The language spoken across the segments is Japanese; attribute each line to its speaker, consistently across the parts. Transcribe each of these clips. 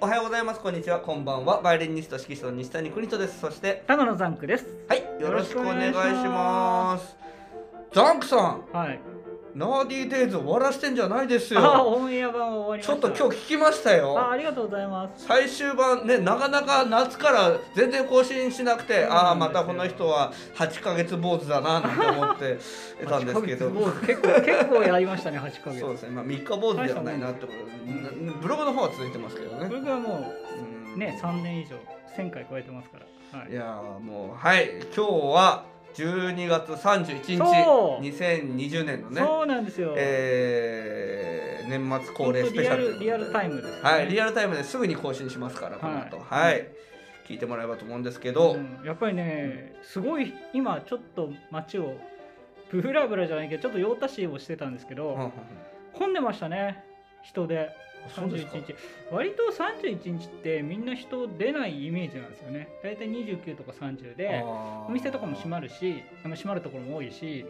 Speaker 1: おはようございます。こんにちは。こんばんは。バイオリニスト指揮者の西谷邦人です。そして、
Speaker 2: ただのザンクです。
Speaker 1: はい、よろしくお願いします。ザンクさん、
Speaker 2: はい。
Speaker 1: ナーディーデイズ終わらせてんじゃないです
Speaker 2: あ、
Speaker 1: よ。
Speaker 2: オンエア版終わりまし
Speaker 1: ちょ
Speaker 2: た。
Speaker 1: っと今
Speaker 2: 日。
Speaker 1: 日聞きました
Speaker 2: あ、
Speaker 1: よ。
Speaker 2: ありがとうございます。
Speaker 1: 最終版ね、なかなか夏から全然更新しなくて、
Speaker 2: そう
Speaker 1: あ
Speaker 2: な
Speaker 1: あ、
Speaker 2: んで
Speaker 1: ま
Speaker 2: すよ
Speaker 1: たこの人は8ヶ月坊主だな、なんて思ってたんですけど
Speaker 2: 八ヶ月。坊主結構結構やりましたね、八ヶ月。
Speaker 1: そうですね、まあ、3日坊主ではないなってことで、ブログの方は続いてますけどね。
Speaker 2: 僕はも
Speaker 1: う
Speaker 2: うんね、三年以上、千回超えてますから。はいい。
Speaker 1: やーもうはい今日は12月
Speaker 2: そ
Speaker 1: 31
Speaker 2: う
Speaker 1: 日2020年のね、
Speaker 2: そうなんですよ。
Speaker 1: えー年末恒例スペシャル
Speaker 2: 本当リアルリアルタ
Speaker 1: イ
Speaker 2: イムです、ね。
Speaker 1: はいリ
Speaker 2: ア
Speaker 1: アルタイムですぐに更新しますからこの後
Speaker 2: はい
Speaker 1: はい、聞いてもらえればと思うんですけど、
Speaker 2: うん、やっぱりね、すごい今ちょっと街をブラブラじゃないけど、ちょっと用足しをしてたんですけど、
Speaker 1: うんうんうん
Speaker 2: 混んでましたね、人で。
Speaker 1: そうですか
Speaker 2: 31日割と31日ってみんな人出ないイメージなんですよね大体29とか30で
Speaker 1: あー
Speaker 2: お店とかも閉まるしあの閉まるところも多いし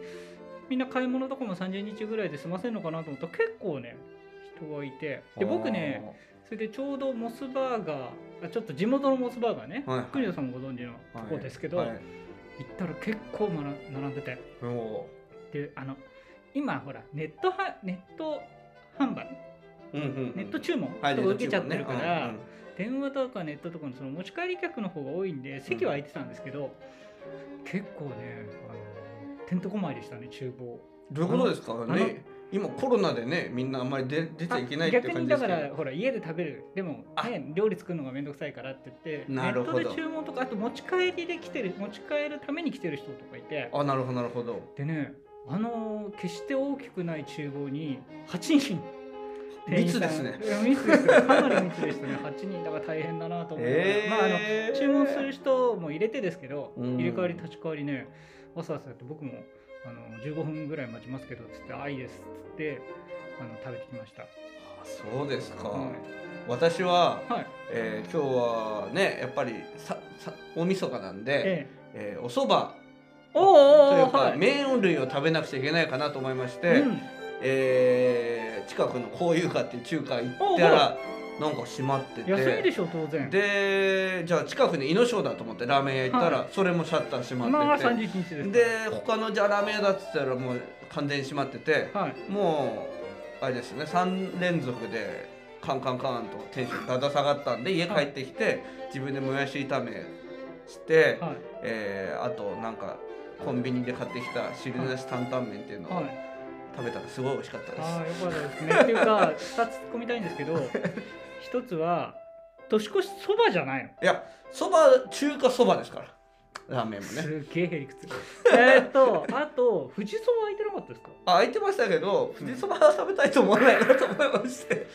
Speaker 2: みんな買い物とかも30日ぐらいで済ませるのかなと思ったら結構ね人がいてで僕ねそれでちょうどモスバーガーあちょっと地元のモスバーガーね、
Speaker 1: はいはい
Speaker 2: 国田さんもご存知の
Speaker 1: あー
Speaker 2: とこですけど、
Speaker 1: はいはい
Speaker 2: 行ったら結構まな並んでて
Speaker 1: も
Speaker 2: であの今ほらネットはネット販売
Speaker 1: ううんうんうん
Speaker 2: ネット注文と
Speaker 1: はい
Speaker 2: か
Speaker 1: ネット
Speaker 2: 受けちゃってるから、
Speaker 1: 注文ね
Speaker 2: 電話とかネットとかのその持ち帰り客の方が多いんで席は空いてたんですけど、結構ねあのてんとこまいでしたね厨房
Speaker 1: うんうんどういうことですかね今コロナでねみんなあんまり出出ちゃいけないっていう
Speaker 2: 逆
Speaker 1: 感じ
Speaker 2: に
Speaker 1: で
Speaker 2: だ
Speaker 1: す
Speaker 2: か
Speaker 1: けど
Speaker 2: らほら家で食べるでも、
Speaker 1: あ
Speaker 2: ね、料理作るのがめんどくさいからって言ってネ
Speaker 1: なる
Speaker 2: ッ
Speaker 1: ほど
Speaker 2: トで注文とかあと持ち帰りで来てる持ち帰るために来てる人とかいて
Speaker 1: あなるほどなるほど
Speaker 2: でねあの決して大きくない厨房に8人店員さ
Speaker 1: 密
Speaker 2: ん
Speaker 1: ですね
Speaker 2: いや密ですよかなり密でしたね8人だから大変だなと思って、まああの
Speaker 1: えー
Speaker 2: 注文する人も入れてですけど、
Speaker 1: うん
Speaker 2: 入れ替わり立ち替わりねわさわさやって僕もあの15分ぐらい待ちますけどつって「あいいです」つってあの食べてきました、
Speaker 1: そうですか、
Speaker 2: はい
Speaker 1: 私は、
Speaker 2: はい
Speaker 1: えー今日はねやっぱりささ大晦日なんで、
Speaker 2: ええ
Speaker 1: えーおそば
Speaker 2: お
Speaker 1: と
Speaker 2: ー
Speaker 1: い
Speaker 2: お
Speaker 1: う
Speaker 2: ー
Speaker 1: か、
Speaker 2: はい
Speaker 1: 麺類を食べなくちゃいけないかなと思いまして、
Speaker 2: うん、
Speaker 1: えー近くのこういうかっていう中華行ったらなんか閉まってて
Speaker 2: 安いでしょ当然
Speaker 1: でじゃあ近くにイノショウだと思ってラーメン屋行ったら、それもシャッター閉
Speaker 2: ま
Speaker 1: ま
Speaker 2: あ
Speaker 1: ってて、
Speaker 2: 31日です
Speaker 1: で他のじゃあラーメン屋だっつったらもう完全に閉まってて、
Speaker 2: はい
Speaker 1: もうあれですね3連続でカンカンカンとテンションだだ下がったんで家帰ってきて自分でもやし炒めして、
Speaker 2: はい
Speaker 1: えーあとなんかコンビニで買ってきた汁なし担々麺っていうのを
Speaker 2: はい
Speaker 1: 食べたらすごい美味しかったです。
Speaker 2: ああよかったですねっていうか2つ突っ込みたいんですけど1つは年越しそばじゃないの
Speaker 1: いやそば中華そばですからラーメンもね。
Speaker 2: すっげえへりくつえーっとあと富士そば空いてなかったですか
Speaker 1: あ空いてましたけど富士そばは食べたいと思わないなと思いまして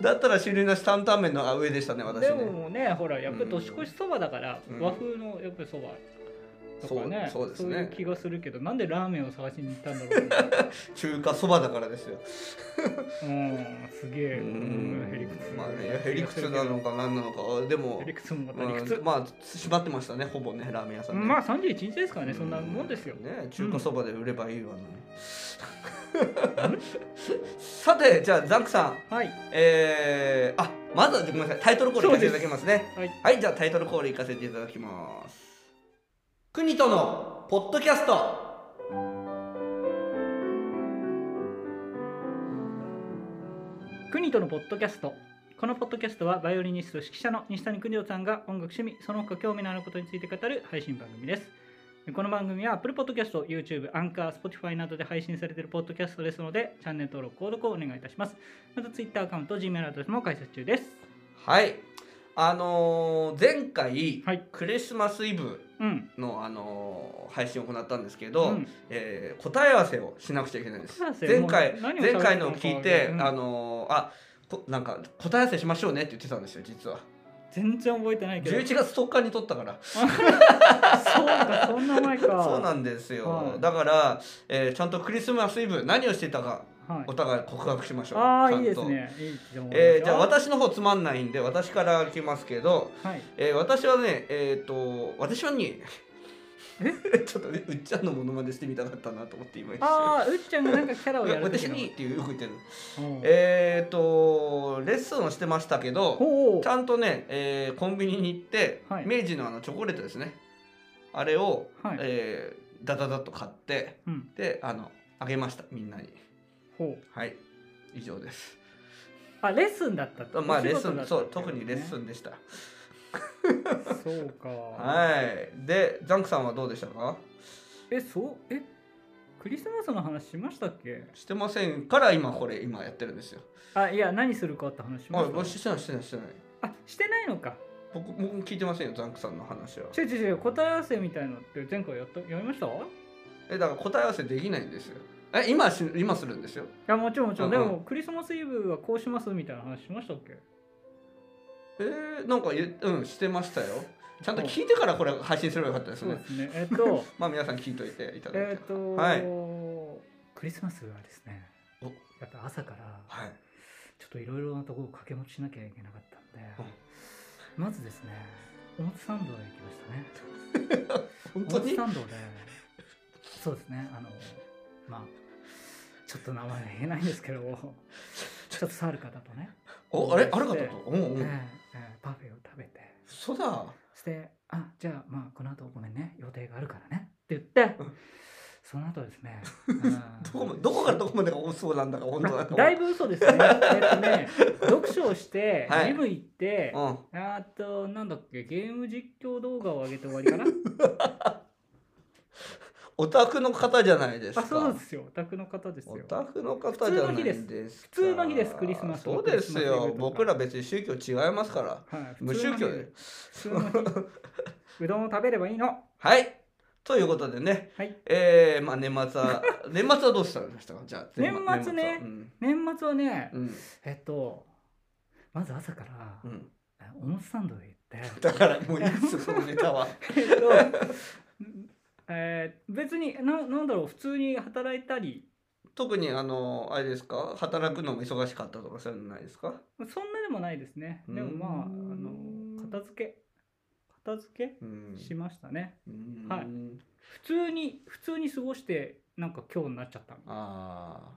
Speaker 1: だったら汁なし担々麺の上でしたね私
Speaker 2: で
Speaker 1: ね。
Speaker 2: もねほらやっぱり年越しそばだから、
Speaker 1: うん
Speaker 2: 和風のやっぱりそばとかね
Speaker 1: そうそうですね
Speaker 2: いう気がするけどなんでラーメンを探しに行ったんだろうな
Speaker 1: 中華そばだからですよ。
Speaker 2: うんすげえ
Speaker 1: う
Speaker 2: うんへりくつ
Speaker 1: まあねへりくつなのか何なのかあでも
Speaker 2: へりくつもまた理
Speaker 1: う
Speaker 2: 屈
Speaker 1: ん、まあ閉まってましたねほぼねラーメン屋さんね
Speaker 2: まあ31日ですからねそんなもんですよ
Speaker 1: ね中華そばで売ればいいわね、 さてじゃあザンクさん
Speaker 2: はい
Speaker 1: えー、あまずはごめんなさいタイトルコールいかせていただきますね
Speaker 2: はい
Speaker 1: はいじゃあタイトルコールいかせていただきます国とのポッドキャスト
Speaker 2: 国とのポッドキャストこのポッドキャストはバイオリニスト指揮者の西谷邦夫さんが音楽趣味その他興味のあることについて語る配信番組ですこの番組は Apple Podcast、YouTube、Anchor、Spotify などで配信されているポッドキャストですのでチャンネル登録、購読をお願いいたしますまた Twitter アカウント、Gmail アドレスも開設中です
Speaker 1: はいあのー前回、
Speaker 2: はい
Speaker 1: クリスマスイブ
Speaker 2: うん
Speaker 1: の、あのー配信を行ったんですけど、
Speaker 2: うん
Speaker 1: えー答え合わせをしなくちゃいけないんです
Speaker 2: 答え合わせ
Speaker 1: 前回
Speaker 2: もう何を
Speaker 1: 前回のを
Speaker 2: 喋ってたの
Speaker 1: 聞いて、
Speaker 2: うん
Speaker 1: あのーあこなんか答え合わせしましょうねって言ってたんですよ実は
Speaker 2: 全然覚えてないけど
Speaker 1: 11月10日に撮ったから
Speaker 2: そうか、そんな前か
Speaker 1: そうなんですよ、
Speaker 2: はい
Speaker 1: だから、えーちゃんとクリスマスイブ何をしてたか
Speaker 2: はい
Speaker 1: お互い告白しましょう
Speaker 2: ああ、
Speaker 1: ちゃん
Speaker 2: いい
Speaker 1: と
Speaker 2: ですねいいと思いますよ
Speaker 1: えーじゃあ私の方つまんないんで私から来ますけど、
Speaker 2: はい
Speaker 1: えー私はねえっ、と私はね ちょっとねうっちゃんのモノマネしてみたかったなと思って今一瞬
Speaker 2: ああうっちゃんがなんかキャラをやる時
Speaker 1: 私
Speaker 2: の
Speaker 1: にっていうよく言ってる
Speaker 2: うん
Speaker 1: えっ、ー、とレッスンをしてましたけど
Speaker 2: ほう
Speaker 1: ちゃんとね、えーコンビニに行って、
Speaker 2: はい
Speaker 1: 明治のあのチョコレートですねあれを、
Speaker 2: はい
Speaker 1: えーダダダッと買って
Speaker 2: うん
Speaker 1: であのあげましたみんなに
Speaker 2: ほう
Speaker 1: はい以上です
Speaker 2: あレッスンだったと
Speaker 1: まあレッス
Speaker 2: お仕事だ
Speaker 1: ン
Speaker 2: った
Speaker 1: そう
Speaker 2: ってこと
Speaker 1: 特
Speaker 2: ね
Speaker 1: にレッスンでした
Speaker 2: そうか
Speaker 1: はいでザンクさんはどうでしたか
Speaker 2: えそうえクリスマスの話しましたっけ
Speaker 1: してませんから今これ今やってるんですよ
Speaker 2: あいや何するかって話しま
Speaker 1: あ
Speaker 2: した
Speaker 1: 僕してないしてないしてない
Speaker 2: あしてないのか
Speaker 1: 僕僕も聞いてませんよザンクさんの話は
Speaker 2: 違う違う違う答え合わせみたいのって前回やったやりましたい
Speaker 1: えだから答え合わせできないんですよえ今し今するんですよ
Speaker 2: やもちろんもちろん、
Speaker 1: うんうん
Speaker 2: でもクリスマスイブはこうしますみたいな話しましたっけ
Speaker 1: えー、なんかゆうんしてましたよちゃんと聞いてからこれ配信すればよかったです
Speaker 2: そう
Speaker 1: ね
Speaker 2: ですねえ っと
Speaker 1: まあ皆さん聞いといていただいて
Speaker 2: えっと、
Speaker 1: はい
Speaker 2: クリスマスはですね
Speaker 1: お
Speaker 2: やっぱ朝から
Speaker 1: はい
Speaker 2: ちょっといろいろなところを掛け持ちしなきゃいけなかったんで、
Speaker 1: うん
Speaker 2: まずですね表参道へ行きましたね
Speaker 1: 本当
Speaker 2: 表
Speaker 1: に
Speaker 2: 参道でそうですねあのまあちょっと名前言えないんですけどちょっと触る方とね、
Speaker 1: おあれあれかと思ったうんう
Speaker 2: え
Speaker 1: ん
Speaker 2: えええパフェを食べて
Speaker 1: 嘘だ
Speaker 2: そして「あじゃあまあこの後ごめんね予定があるからね」って言って、
Speaker 1: うん
Speaker 2: その後です ね
Speaker 1: どこまどこからどこまでがそうなんだか本当だ
Speaker 2: ま
Speaker 1: と
Speaker 2: だいぶ 嘘ですね。えっとね、読書をして、
Speaker 1: はい
Speaker 2: ジム行って、
Speaker 1: うん
Speaker 2: あと、なんだっけ、ゲーム実況動画を上げて終 わりかな
Speaker 1: オタクの方じゃないですか
Speaker 2: あ、そうですよ。お宅の方ですよ
Speaker 1: オ。タクの方じゃないんですか
Speaker 2: 普通の日ですクリスマス
Speaker 1: そう
Speaker 2: ク
Speaker 1: で
Speaker 2: リ
Speaker 1: す
Speaker 2: スマスイブとか
Speaker 1: よ僕ら別に宗教違いますから
Speaker 2: はい、
Speaker 1: 無宗教で
Speaker 2: 普通の日。普通の日うどんを食べればいいの。
Speaker 1: はいということでね、
Speaker 2: はい
Speaker 1: えー、まあ年末 は年末はどうしたんでしたかじゃあ
Speaker 2: 年末ね
Speaker 1: 年
Speaker 2: 年末は
Speaker 1: は、
Speaker 2: ね
Speaker 1: うん
Speaker 2: えっと、まず朝から
Speaker 1: う、ん、うん、
Speaker 2: 温スタンドへ行って、
Speaker 1: だからもういいですそのネ タは
Speaker 2: えっと、 えー別にな、なんだろう、普通に働いたり、
Speaker 1: 特にあのあれですか働くのも忙しかったとかそういうのないですか
Speaker 2: そんなでもないですね。でもまあ、あ
Speaker 1: うー
Speaker 2: の
Speaker 1: ん
Speaker 2: 片付け片付
Speaker 1: うん
Speaker 2: けしましたね。
Speaker 1: うん
Speaker 2: はい普通に普通に過ごしてなんか今日になっちゃったの。
Speaker 1: ああ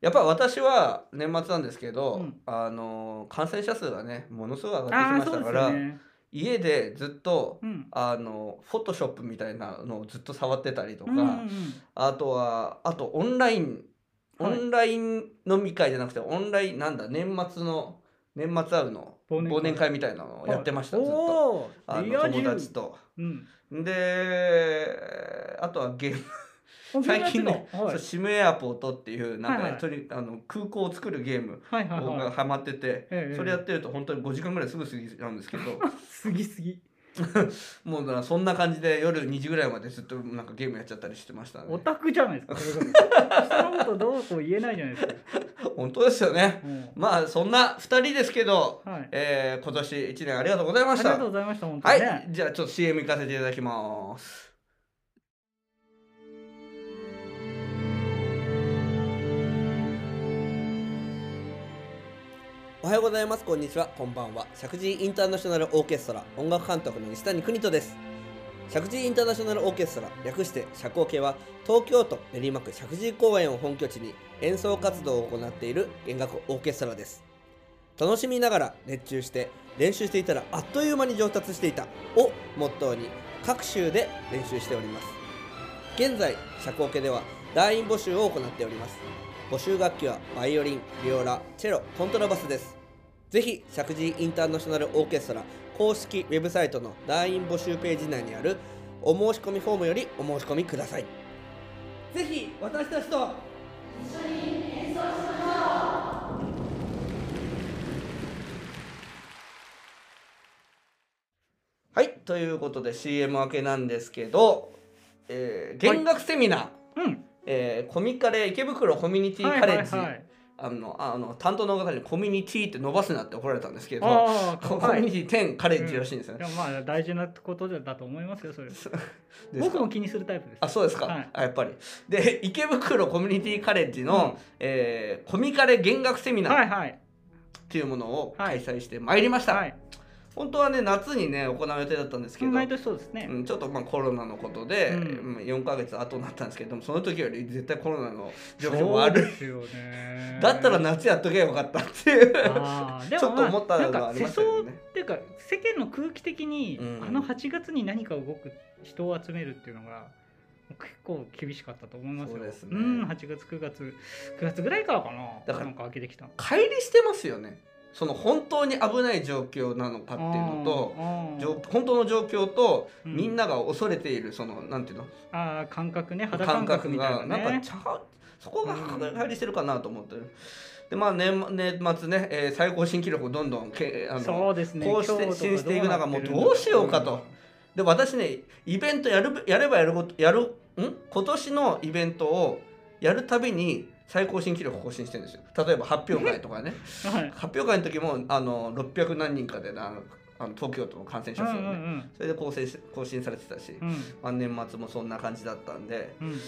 Speaker 1: やっぱ私は年末なんですけど、
Speaker 2: うん
Speaker 1: あの感染者数がねものすごい上が
Speaker 2: あ
Speaker 1: って
Speaker 2: あ
Speaker 1: きま
Speaker 2: そ
Speaker 1: した
Speaker 2: うで
Speaker 1: か
Speaker 2: す
Speaker 1: ら、
Speaker 2: よね。
Speaker 1: 家でずっと
Speaker 2: うん。
Speaker 1: あのフォトショップみたいなのをずっと触ってたりとか、
Speaker 2: うんうんうん
Speaker 1: あとはあとオンラインオ
Speaker 2: はい
Speaker 1: ンライン飲み会じゃなくて、オンラインなんだ年末の年末あるの
Speaker 2: 忘
Speaker 1: 忘
Speaker 2: 年
Speaker 1: 年
Speaker 2: 会
Speaker 1: 会みたいなのをやってました、ずっと
Speaker 2: おー
Speaker 1: あの
Speaker 2: リア充
Speaker 1: 友達と。
Speaker 2: うん。
Speaker 1: であとはゲーム最近の
Speaker 2: はい
Speaker 1: そうシムエアポートっていうなんか、
Speaker 2: はいはい
Speaker 1: とにあの空港を作るゲーム
Speaker 2: はいはい
Speaker 1: 僕が
Speaker 2: は
Speaker 1: ハマってて、
Speaker 2: い。。
Speaker 1: それやっててると本当に5時間ぐらいすぐ過ぎちゃうんですけど
Speaker 2: すぎすぎ。
Speaker 1: もうだからそんな感じで夜2時ぐらいまでずっとなんかゲームやっちゃったりしてましたね
Speaker 2: オタクじゃないで すか。それが人のことどうこう言えないじゃないですか。
Speaker 1: 本当ですよね
Speaker 2: もう
Speaker 1: まあそんな2人ですけど、
Speaker 2: はい。
Speaker 1: えー今年1年ありがとうございま
Speaker 2: あ
Speaker 1: し
Speaker 2: り
Speaker 1: た
Speaker 2: がとうございました本当
Speaker 1: は
Speaker 2: に
Speaker 1: い、
Speaker 2: ね。
Speaker 1: じゃあちょっと CM 行かせていただきます。おはようございます。こんにちは。こんばんは。石神井インターナショナルオーケストラ音楽監督の西谷邦人です。石神井インターナショナルオーケストラ略して社交系は東京都練馬区石神井公園を本拠地に演奏活動を行っている弦楽オーケストラです。楽しみながら熱中して練習していたらあっという間に上達していたをモットーに各州で練習しております現在社交系では団員募集を行っております募集楽器はバイオリンビオラチェロコントラバスですぜひ石神井インターナショナルオーケストラ公式ウェブサイトの団員募集ページ内にあるお申し込みフォームよりお申し込みくださいぜひ私たちとはいということで CM 明けなんですけど、えー、弦楽セミナー、
Speaker 2: うん。
Speaker 1: えーコミカレ池袋コミュニティカレッジ、
Speaker 2: はいはいはい。
Speaker 1: あのあの担当の方にコミュニティって伸ばすなって怒られたんですけど
Speaker 2: ああ
Speaker 1: コミ
Speaker 2: は
Speaker 1: ュ
Speaker 2: い
Speaker 1: ニティ10カレッジらしいんですよ
Speaker 2: で
Speaker 1: ね、
Speaker 2: もまあ大事なことだと思いますよそれ
Speaker 1: です
Speaker 2: 僕
Speaker 1: か
Speaker 2: も気にするタイプです
Speaker 1: あそうですか、
Speaker 2: はい
Speaker 1: あやっぱりで池袋コミュニティカレッジの、
Speaker 2: うん
Speaker 1: えーコミカレ弦楽セミナ
Speaker 2: は
Speaker 1: ーっ
Speaker 2: いはい
Speaker 1: ていうものを
Speaker 2: は
Speaker 1: 開
Speaker 2: い
Speaker 1: 催してまいりました、
Speaker 2: はい
Speaker 1: 本当はね夏にね行う予定だったんですけど、
Speaker 2: 毎年そうですね、
Speaker 1: うん、ちょっとまあコロナのことで、
Speaker 2: うん
Speaker 1: うん4ヶ月後になったんですけどもその時より絶対コロナの状況
Speaker 2: そう
Speaker 1: 悪い
Speaker 2: ですよね
Speaker 1: だったら夏やっとけばよかったっていう
Speaker 2: あーで
Speaker 1: ちょ
Speaker 2: も、
Speaker 1: っと
Speaker 2: まあ、
Speaker 1: 思ったのがありましたよ
Speaker 2: なんか世
Speaker 1: ね
Speaker 2: 相っていうか世間の空気的に、
Speaker 1: うん
Speaker 2: あの8月に何か動く人を集めるっていうのが結構厳しかったと思いますよ
Speaker 1: そうですね
Speaker 2: ん8月9月9月ぐらいからかな
Speaker 1: だから
Speaker 2: なんか開けてきた
Speaker 1: 乖離してますよねその本当に危ない状況なのかっていうのと
Speaker 2: あー
Speaker 1: 状本当の状況と
Speaker 2: う
Speaker 1: みんなが恐れているそのなんていうの
Speaker 2: あー感覚ね肌
Speaker 1: 感
Speaker 2: 感覚
Speaker 1: 覚
Speaker 2: みたいな、
Speaker 1: が
Speaker 2: ね、
Speaker 1: なんかちゃうそこが
Speaker 2: うん
Speaker 1: 乖離してるかなと思ってる。でまあ年年末ね、えー最高新記録をどんどんけあの
Speaker 2: そうですね
Speaker 1: こうして
Speaker 2: 今日とかどなって
Speaker 1: していく中もう
Speaker 2: るんだ
Speaker 1: どうしようかとで私ねイベントやるやればやることやるん今年のイベントをやるたびに最高新記録更新してるんですよ例えば発表会とかね
Speaker 2: うんはい
Speaker 1: 発表会の時もあの600何人かでなあのあの東京都の感染者数をね、
Speaker 2: うんうん
Speaker 1: それで更新し更新されてたし、
Speaker 2: うん
Speaker 1: まあ、年末もそんな感じだったんで
Speaker 2: うんうん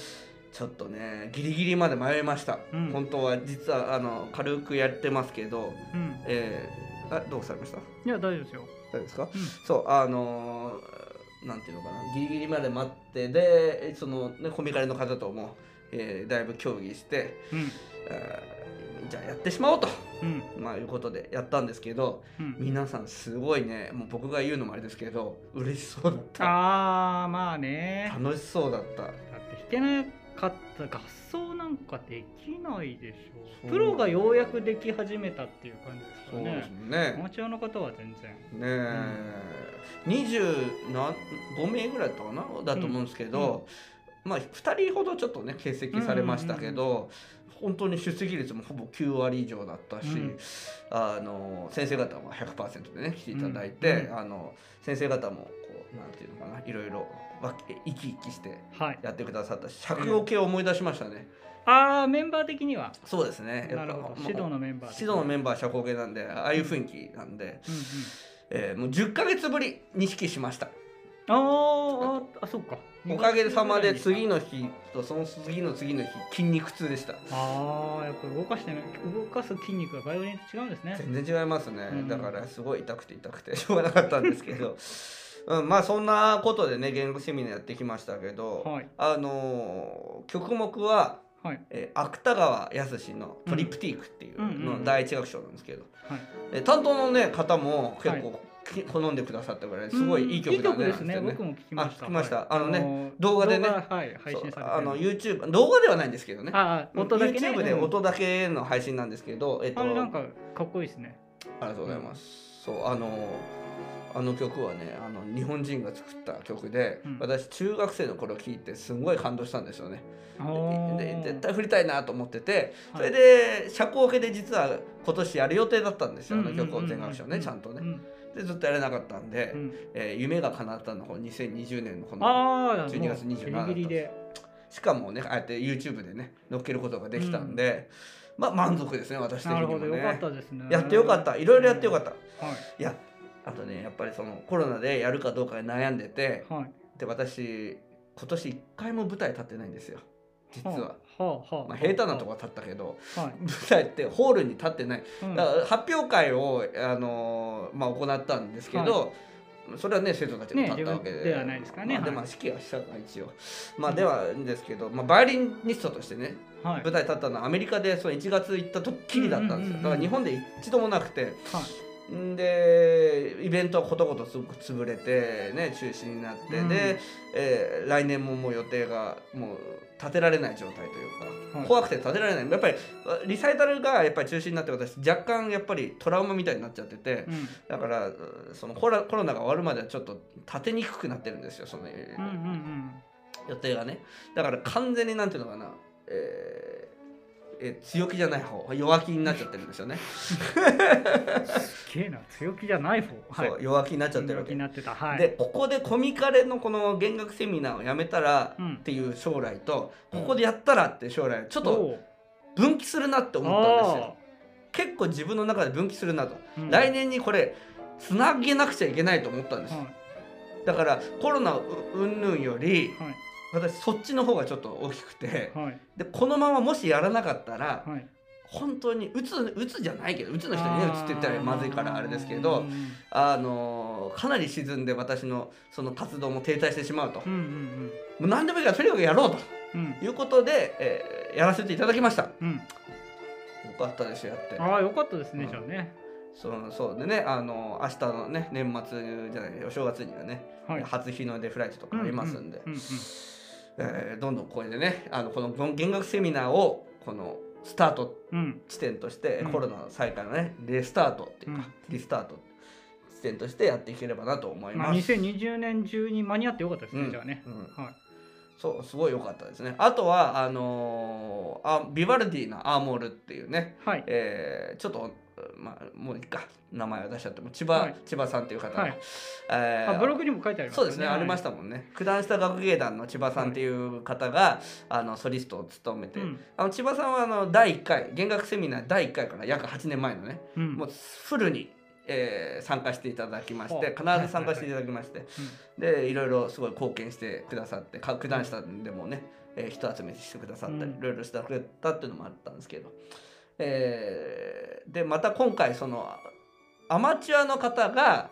Speaker 1: ちょっとねギリギリまで迷いました、
Speaker 2: うん
Speaker 1: 本当は実はあの軽くやってますけど、
Speaker 2: うん
Speaker 1: えー、あどうされました
Speaker 2: いや大丈夫ですよ
Speaker 1: 大丈夫ですか、
Speaker 2: うん
Speaker 1: そうあのーなんていうのかなギリギリまで待ってでその、ね、コミカルの方とも、えーだいぶ協議して
Speaker 2: うん
Speaker 1: あーじゃあやってしまおうと、
Speaker 2: うん
Speaker 1: まあ、いうことでやったんですけど
Speaker 2: うん
Speaker 1: 皆さんすごいねもう僕が言うのもあれですけど嬉しそうだっ
Speaker 2: ああまあね
Speaker 1: た楽しそうだった
Speaker 2: だって弾けなかった合奏なんかできないでし
Speaker 1: そ
Speaker 2: ょ
Speaker 1: う
Speaker 2: プロがようやくでき始めたっていう感じですか
Speaker 1: そう
Speaker 2: ら
Speaker 1: です
Speaker 2: ね
Speaker 1: もん
Speaker 2: ア
Speaker 1: ね
Speaker 2: マチュアの方は全然
Speaker 1: ねえ、20何5名ぐらいだったかなだと思うんですけど、まあ2人ほどちょっとね欠席されましたけど、本当に出席率もほぼ9割以上だったし、
Speaker 2: うん
Speaker 1: あの先生方も100%でね来ていただいて、
Speaker 2: うん
Speaker 1: あの先生方もこうなんていうのかないろいろわけ生き生きして
Speaker 2: はい
Speaker 1: やってくださったし尺を系を思い出しましたね、
Speaker 2: ああメンバー的には
Speaker 1: そうですね
Speaker 2: なるほど
Speaker 1: まあ
Speaker 2: 指導のメンバー的に
Speaker 1: 指導のメンバー社交系なんでああいう雰囲気なんで、えーもう10ヶ月ぶりに指揮しました
Speaker 2: うんうんあーあーあそうか
Speaker 1: おかげさまで次の日とその次の次の日筋肉痛でした
Speaker 2: ああやっぱ動かしてない動かす筋肉がバイオリンと違うんですね
Speaker 1: 全然違いますね、
Speaker 2: うん
Speaker 1: だからすごい痛くて痛くてしょうがなかったんですけど、 うん、まあそんなことでね言語セミナーやってきましたけど、
Speaker 2: はい
Speaker 1: あのー曲目は、
Speaker 2: はい
Speaker 1: えー芥川靖の「トリプティーク」っていう
Speaker 2: うんうんう
Speaker 1: の
Speaker 2: ん
Speaker 1: 第一楽章なんですけど、
Speaker 2: はい
Speaker 1: えー担当の、ね、方も結構き好んでくださったぐらいすごいいい曲だね
Speaker 2: うんいい曲ですね
Speaker 1: なんつって
Speaker 2: 僕も聞きました
Speaker 1: あ聞きました
Speaker 2: はい
Speaker 1: あのね
Speaker 2: ー
Speaker 1: 動画でね
Speaker 2: 動画はい配信されてる
Speaker 1: あの YouTube 動画ではないんですけどね
Speaker 2: あー音だけね
Speaker 1: YouTube で
Speaker 2: うん
Speaker 1: 音だけの配信なんですけど、えっと、
Speaker 2: あれなんかかっこいいですね
Speaker 1: ありがとうございます、そうあのあの曲はねあの日本人が作った曲で、
Speaker 2: うん
Speaker 1: 私中学生の頃聴いてすんごい感動したんですよね
Speaker 2: あ
Speaker 1: で
Speaker 2: ー
Speaker 1: 絶対振りたいなと思っててそ
Speaker 2: はい
Speaker 1: れで社交系で実は今年やる予定だったんですよあの曲を
Speaker 2: うんうんうんうん
Speaker 1: 全楽章ねちゃんと
Speaker 2: う
Speaker 1: ね
Speaker 2: ん
Speaker 1: でずっとやれなかったんで、
Speaker 2: うん
Speaker 1: えー夢が叶ったのがこの2020年のこの
Speaker 2: ああ、
Speaker 1: 12月27
Speaker 2: もうギリギリで。
Speaker 1: しかもねああやって YouTube でね載っけることができたんで、まあ満足ですね私的
Speaker 2: な
Speaker 1: に
Speaker 2: る
Speaker 1: も
Speaker 2: ほど、よかっ
Speaker 1: ね
Speaker 2: たですね。
Speaker 1: やってよかったいろいろやってよかった、
Speaker 2: た。はい。
Speaker 1: いやあとねやっぱりそのコロナでやるかどうかで悩んでて
Speaker 2: はい。
Speaker 1: で私今年一回も舞台立ってないんですよ実は、。
Speaker 2: あ、はあ、はあ。
Speaker 1: まあ、平坦なとこは立ったけど
Speaker 2: は
Speaker 1: 舞台ってホールに立ってない
Speaker 2: い。うん
Speaker 1: だから発表会を、あのーまあ、行ったんですけど、それはね生徒たちが立ったわけで,、
Speaker 2: ね自分ではないですからね
Speaker 1: まあ、で
Speaker 2: はい
Speaker 1: まあ指揮はしたから一応まあではですけど、まあ、バイオリニストとしてね
Speaker 2: はい。
Speaker 1: 舞台立ったのはアメリカでその1月行ったとっきりだったんですよ、
Speaker 2: うんうんうんうん
Speaker 1: だから日本で一度もなくて、
Speaker 2: はい
Speaker 1: んでイベントはことごとつぶ潰れてね中止になって、
Speaker 2: うん
Speaker 1: で、えー来年ももう予定がもう立てられない状態というか、
Speaker 2: はい
Speaker 1: 怖くて立てられないやっぱりリサイタルがやっぱり中止になって私若干やっぱりトラウマみたいになっちゃってて、
Speaker 2: うん。
Speaker 1: だからうんそのコロコロナが終わるまではちょっと立てにくくなってるんですよその、えー
Speaker 2: うんうんうん。
Speaker 1: 予定がねだから完全になんていうのかな、えーえー強気じゃない方弱気になっちゃってるんですよね、
Speaker 2: すげえな、強気じゃない方。はい。
Speaker 1: そう弱気になっちゃってるわ
Speaker 2: 強気
Speaker 1: け
Speaker 2: になってた。はい。
Speaker 1: で、ここでコミカレのこの弦楽セミナーをやめたら
Speaker 2: うん
Speaker 1: っていう将来と、ここでやったらっていう将来ちょっと
Speaker 2: おう
Speaker 1: 分岐するなって思ったんですよ。結構自分の中で分岐するなと、
Speaker 2: あーうん
Speaker 1: 来年にこれつなげなくちゃいけないと思ったんです、
Speaker 2: は
Speaker 1: だからコロナううんぬんより
Speaker 2: い。はい。
Speaker 1: 私そっちの方がちょっと大きくて
Speaker 2: はい。
Speaker 1: でこのままもしやらなかったら
Speaker 2: はい。
Speaker 1: 本当にうつうつじゃないけどうつの人にねうつって言ったらまずいからあれですけどあのかなり沈んで私のその活動も停滞してしまうと、
Speaker 2: う
Speaker 1: も
Speaker 2: んうん
Speaker 1: う何でもいいからとにかくやろう
Speaker 2: うんうん
Speaker 1: ということで、えーやらせていただきましたよ
Speaker 2: うん
Speaker 1: かったですよやって
Speaker 2: ああよかったですね、
Speaker 1: うん
Speaker 2: じゃあね
Speaker 1: そうそうでねあの明日のね年末じゃないお正月にはね、
Speaker 2: はい
Speaker 1: 初日の出フライトとかありますんで、
Speaker 2: うんうんうんうん
Speaker 1: えーどんどんこれでねあのこの弦楽セミナーをこのスタート
Speaker 2: うん
Speaker 1: 地点として、
Speaker 2: うん
Speaker 1: コロナ再開のねレスタートっていうか、リスタート地点としてやっていければなと思い
Speaker 2: まあ、
Speaker 1: ます。
Speaker 2: 2020年中に間に合ってよかったですね、
Speaker 1: うん
Speaker 2: じゃあね、
Speaker 1: うん
Speaker 2: はい
Speaker 1: そうすごい良かったですね。あとはあのーあビバルディのアーモールっていうね、
Speaker 2: はい
Speaker 1: えーちょっとまあもういいか名前は出しちゃっても千葉、
Speaker 2: はい
Speaker 1: 千葉さんっていう方の、
Speaker 2: はい
Speaker 1: えー
Speaker 2: あブログにも書いてあります
Speaker 1: そうですね、ありましたたもんね。九段下学芸団の千葉さんっていう方が、あのソリストを務めて、
Speaker 2: うん
Speaker 1: あの千葉さんはあの第1回弦楽セミナー第1回から約8年前のね、
Speaker 2: うん
Speaker 1: もうフルに、えー参加していただきまし
Speaker 2: ほう
Speaker 1: て必ず参加していただきまして、でいろいろすごい貢献してくださってか九段下でもね、えー人集めしてくださったり、
Speaker 2: うん
Speaker 1: いろいろしてくれたっていうのもあったんですけど、えーでまた今回そのアマチュアの方が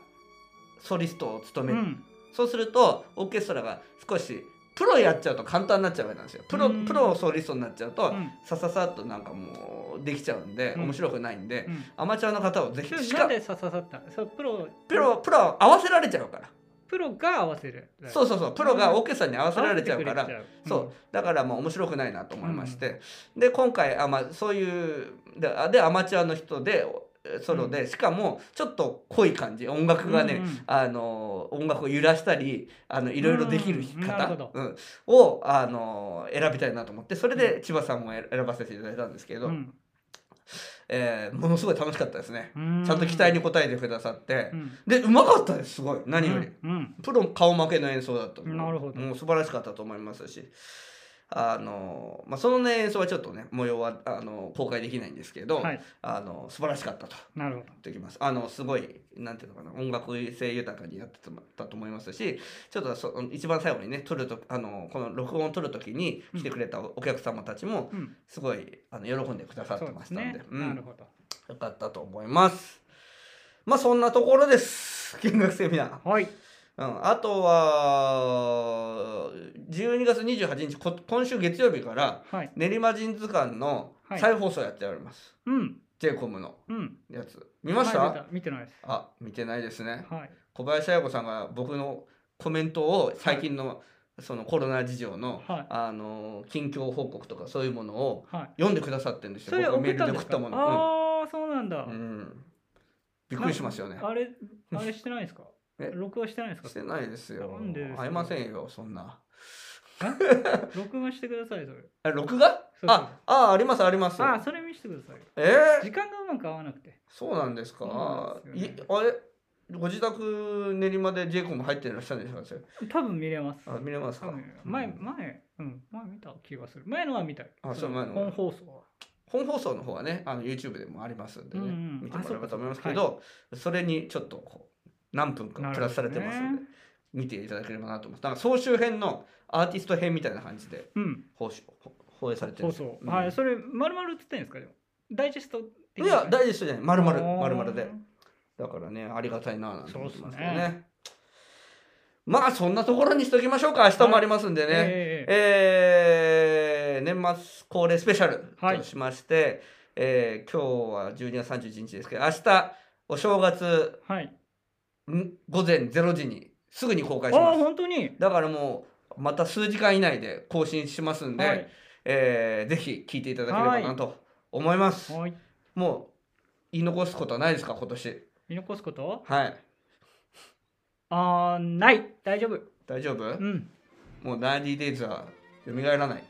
Speaker 1: ソリストを務
Speaker 2: う
Speaker 1: める、
Speaker 2: んうん
Speaker 1: そうするとオーケストラが少しプロやっちゃうと簡単になっちゃうわけなんですよ。プロ,、
Speaker 2: うん
Speaker 1: プロソリストになっちゃうと、
Speaker 2: うん
Speaker 1: さささっとなんかもうできちゃうんで、
Speaker 2: うん
Speaker 1: 面白くないんで、
Speaker 2: うん
Speaker 1: アマチュアの方をぜ
Speaker 2: そ
Speaker 1: ひ
Speaker 2: れ
Speaker 1: し
Speaker 2: な
Speaker 1: か
Speaker 2: んで刺さったそれプロ
Speaker 1: プロプロは合わせられちゃうから、
Speaker 2: プロが合わせる
Speaker 1: そう
Speaker 2: う
Speaker 1: そうそうプロがオーケストラに合わせられちゃうから、そう
Speaker 2: う
Speaker 1: だからもう面白くないなと思いまして、で今回あ、まあ、そういうであでアマチュアの人でソロで、しかもちょっと濃い感じ音楽がね、
Speaker 2: うんうん
Speaker 1: あの音楽を揺らしたりあのいろいろできる
Speaker 2: うんな
Speaker 1: 方
Speaker 2: るほど、
Speaker 1: うんをあの選びたいなと思ってそれで千葉さんも選選ばせていただいたんですけど、
Speaker 2: うん
Speaker 1: えーものすごい楽しかったですね。
Speaker 2: うん
Speaker 1: ちゃんと期待に応えてくださって、
Speaker 2: うん
Speaker 1: でうまかったですすごい何より、
Speaker 2: うん
Speaker 1: プロ顔負けの演奏だった
Speaker 2: なるほど
Speaker 1: もう素晴らしかったと思いますしあの、まあ、その、ね、演奏はちょっとね模様はあの公開できないんですけ
Speaker 2: う
Speaker 1: ど、
Speaker 2: んはい
Speaker 1: あの素晴らしかったと
Speaker 2: なるほど
Speaker 1: できますあのすごいなんていうのかな音楽性豊かにやってたと思いますしちょっとそ一番最後にね撮るとあのこの録音を撮る時に来てくれたお客様たちも
Speaker 2: うん
Speaker 1: すごいあの喜んでくださって
Speaker 2: そう
Speaker 1: ま
Speaker 2: で
Speaker 1: し
Speaker 2: す
Speaker 1: たんで
Speaker 2: ね
Speaker 1: うん
Speaker 2: なるほど
Speaker 1: よかったと思いますまあそんなところです見学セミナー
Speaker 2: はい
Speaker 1: うん、あとは12月28日こ今週月曜日から
Speaker 2: はい
Speaker 1: 練馬神図館の
Speaker 2: はい
Speaker 1: 再放送やっております、
Speaker 2: うん
Speaker 1: JCOM の
Speaker 2: うん
Speaker 1: やつ見ました、
Speaker 2: 前出見てないです
Speaker 1: あ見てないですね
Speaker 2: はい
Speaker 1: 小林彩子さんが僕のコメントを最近の、そのコロナ事情の、
Speaker 2: はい
Speaker 1: あの近況報告とかそういうものを
Speaker 2: はい
Speaker 1: 読んでくださってるんです
Speaker 2: そ
Speaker 1: よ
Speaker 2: れ
Speaker 1: 僕が
Speaker 2: 送
Speaker 1: メ
Speaker 2: っ
Speaker 1: ー
Speaker 2: た
Speaker 1: ルで送
Speaker 2: んで
Speaker 1: っ
Speaker 2: すか
Speaker 1: たもの、
Speaker 2: ああそうなんだ
Speaker 1: うんうんびっくりしますよね
Speaker 2: あれ、あれしてないですか
Speaker 1: え
Speaker 2: 録画してないですか
Speaker 1: してないですよ
Speaker 2: なんでですか
Speaker 1: 会いませんよそんな
Speaker 2: 録画してください、それ。
Speaker 1: え録画
Speaker 2: そうそう
Speaker 1: ああありますあります
Speaker 2: ああ、それ見せてください。
Speaker 1: えー
Speaker 2: 時間がうまく合わなくて。
Speaker 1: そうなんですか
Speaker 2: そうなんですよ
Speaker 1: い
Speaker 2: ね
Speaker 1: あれご自宅練馬で j コム入ってらっしゃるんですか
Speaker 2: 多分見れます。
Speaker 1: あ見れますか
Speaker 2: 多分前、
Speaker 1: うん
Speaker 2: 前、うん、前見た気がする。前のは見たい。
Speaker 1: あそう前のは
Speaker 2: 本放送は。
Speaker 1: 本放送の方はねあの YouTube でもありますんでね、
Speaker 2: うんうん
Speaker 1: 見てもらえばと思います
Speaker 2: あそ
Speaker 1: け
Speaker 2: うかそ
Speaker 1: ど、それにちょっとこう何分かプラスされてます
Speaker 2: なる
Speaker 1: ん
Speaker 2: ほ
Speaker 1: で、
Speaker 2: どね
Speaker 1: 見ていただければなと思いますなんか総集編のアーティスト編みたいな感じで
Speaker 2: うん、
Speaker 1: 放しほ放映されてるん
Speaker 2: 放
Speaker 1: ですよ
Speaker 2: 送。はい、
Speaker 1: ん
Speaker 2: それ、まるまる映ってんですかでもダイジェスト的
Speaker 1: いや大事ですよね丸々
Speaker 2: あー
Speaker 1: 丸々でだからね、ありがたいななんて思ってますけど
Speaker 2: そうっす
Speaker 1: ね。まあそんなところにしときましょうか。明日もありますんでね。
Speaker 2: ええ
Speaker 1: えー年末恒例スペシャル
Speaker 2: はい
Speaker 1: としまして、えー今日は12月31日ですけど、明日お正月
Speaker 2: はい。
Speaker 1: ん午前0時にすぐに公
Speaker 2: ああ
Speaker 1: 開しま
Speaker 2: ー、
Speaker 1: す。
Speaker 2: 本当に。
Speaker 1: だからもうまた数時間以内で更新しますんで、
Speaker 2: はい。
Speaker 1: えーぜひ聞いていただければなと思います。
Speaker 2: はい。
Speaker 1: もう言い残すことはないですか今年。
Speaker 2: 見残すこと
Speaker 1: はい。
Speaker 2: ああ、ない。大丈夫。
Speaker 1: 大丈夫？
Speaker 2: うん。
Speaker 1: もうナインティデイズは蘇らない。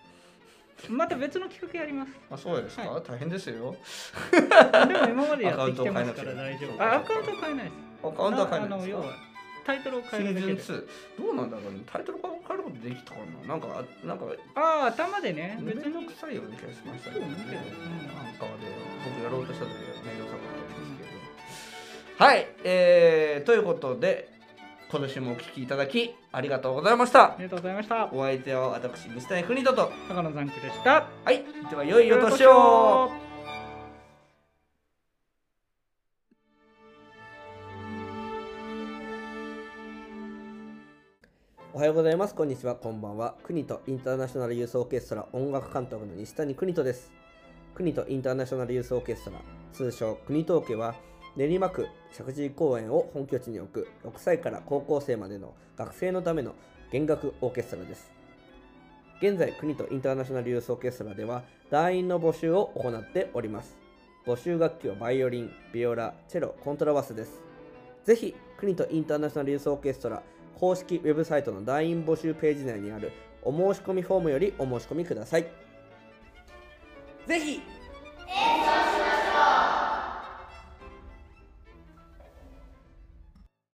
Speaker 2: また別の企画やります。
Speaker 1: あ、そうですか、大変ですよ。
Speaker 2: でも今までやってきてますから大丈夫。あ、アカウント変えないです。
Speaker 1: アカウントは変えないんで
Speaker 2: あの
Speaker 1: す
Speaker 2: 要
Speaker 1: か
Speaker 2: はタイトルを
Speaker 1: シ
Speaker 2: 変えるだけ
Speaker 1: ー
Speaker 2: で
Speaker 1: ズン2、どうなんだろうね。タイトル変えることできたかななんか、なんか、
Speaker 2: ああ頭でね別
Speaker 1: 別
Speaker 2: の
Speaker 1: の臭いような気がしましたけどね。
Speaker 2: そうなんだよ
Speaker 1: なんかで、僕やろうとした時は面倒くさかったんですけど。はい、えー、ということで、今年もお聞きいただき、ありがとうございまし
Speaker 2: あ
Speaker 1: た。
Speaker 2: りがとうございました
Speaker 1: お相手は私、西谷邦人と。
Speaker 2: 高野ザンクでした
Speaker 1: はい、では、良いお年を。おはようございます。こんにちは。こんばんは。国とインターナショナルユースオーケストラ音楽監督の西谷邦人です。国とインターナショナルユースオーケストラ、通称国東家は、練馬区石神井公園を本拠地に置く6歳から高校生までの学生のための弦楽オーケストラです。現在、国とインターナショナルユースオーケストラでは、団員の募集を行っております。募集楽器はバイオリン、ビオラ、チェロ、コントラバスです。ぜひ、国とインターナショナルユースオーケストラ公式ウェブサイトの団員募集ページ内にあるお申し込みフォームよりお申し込みください。ぜひ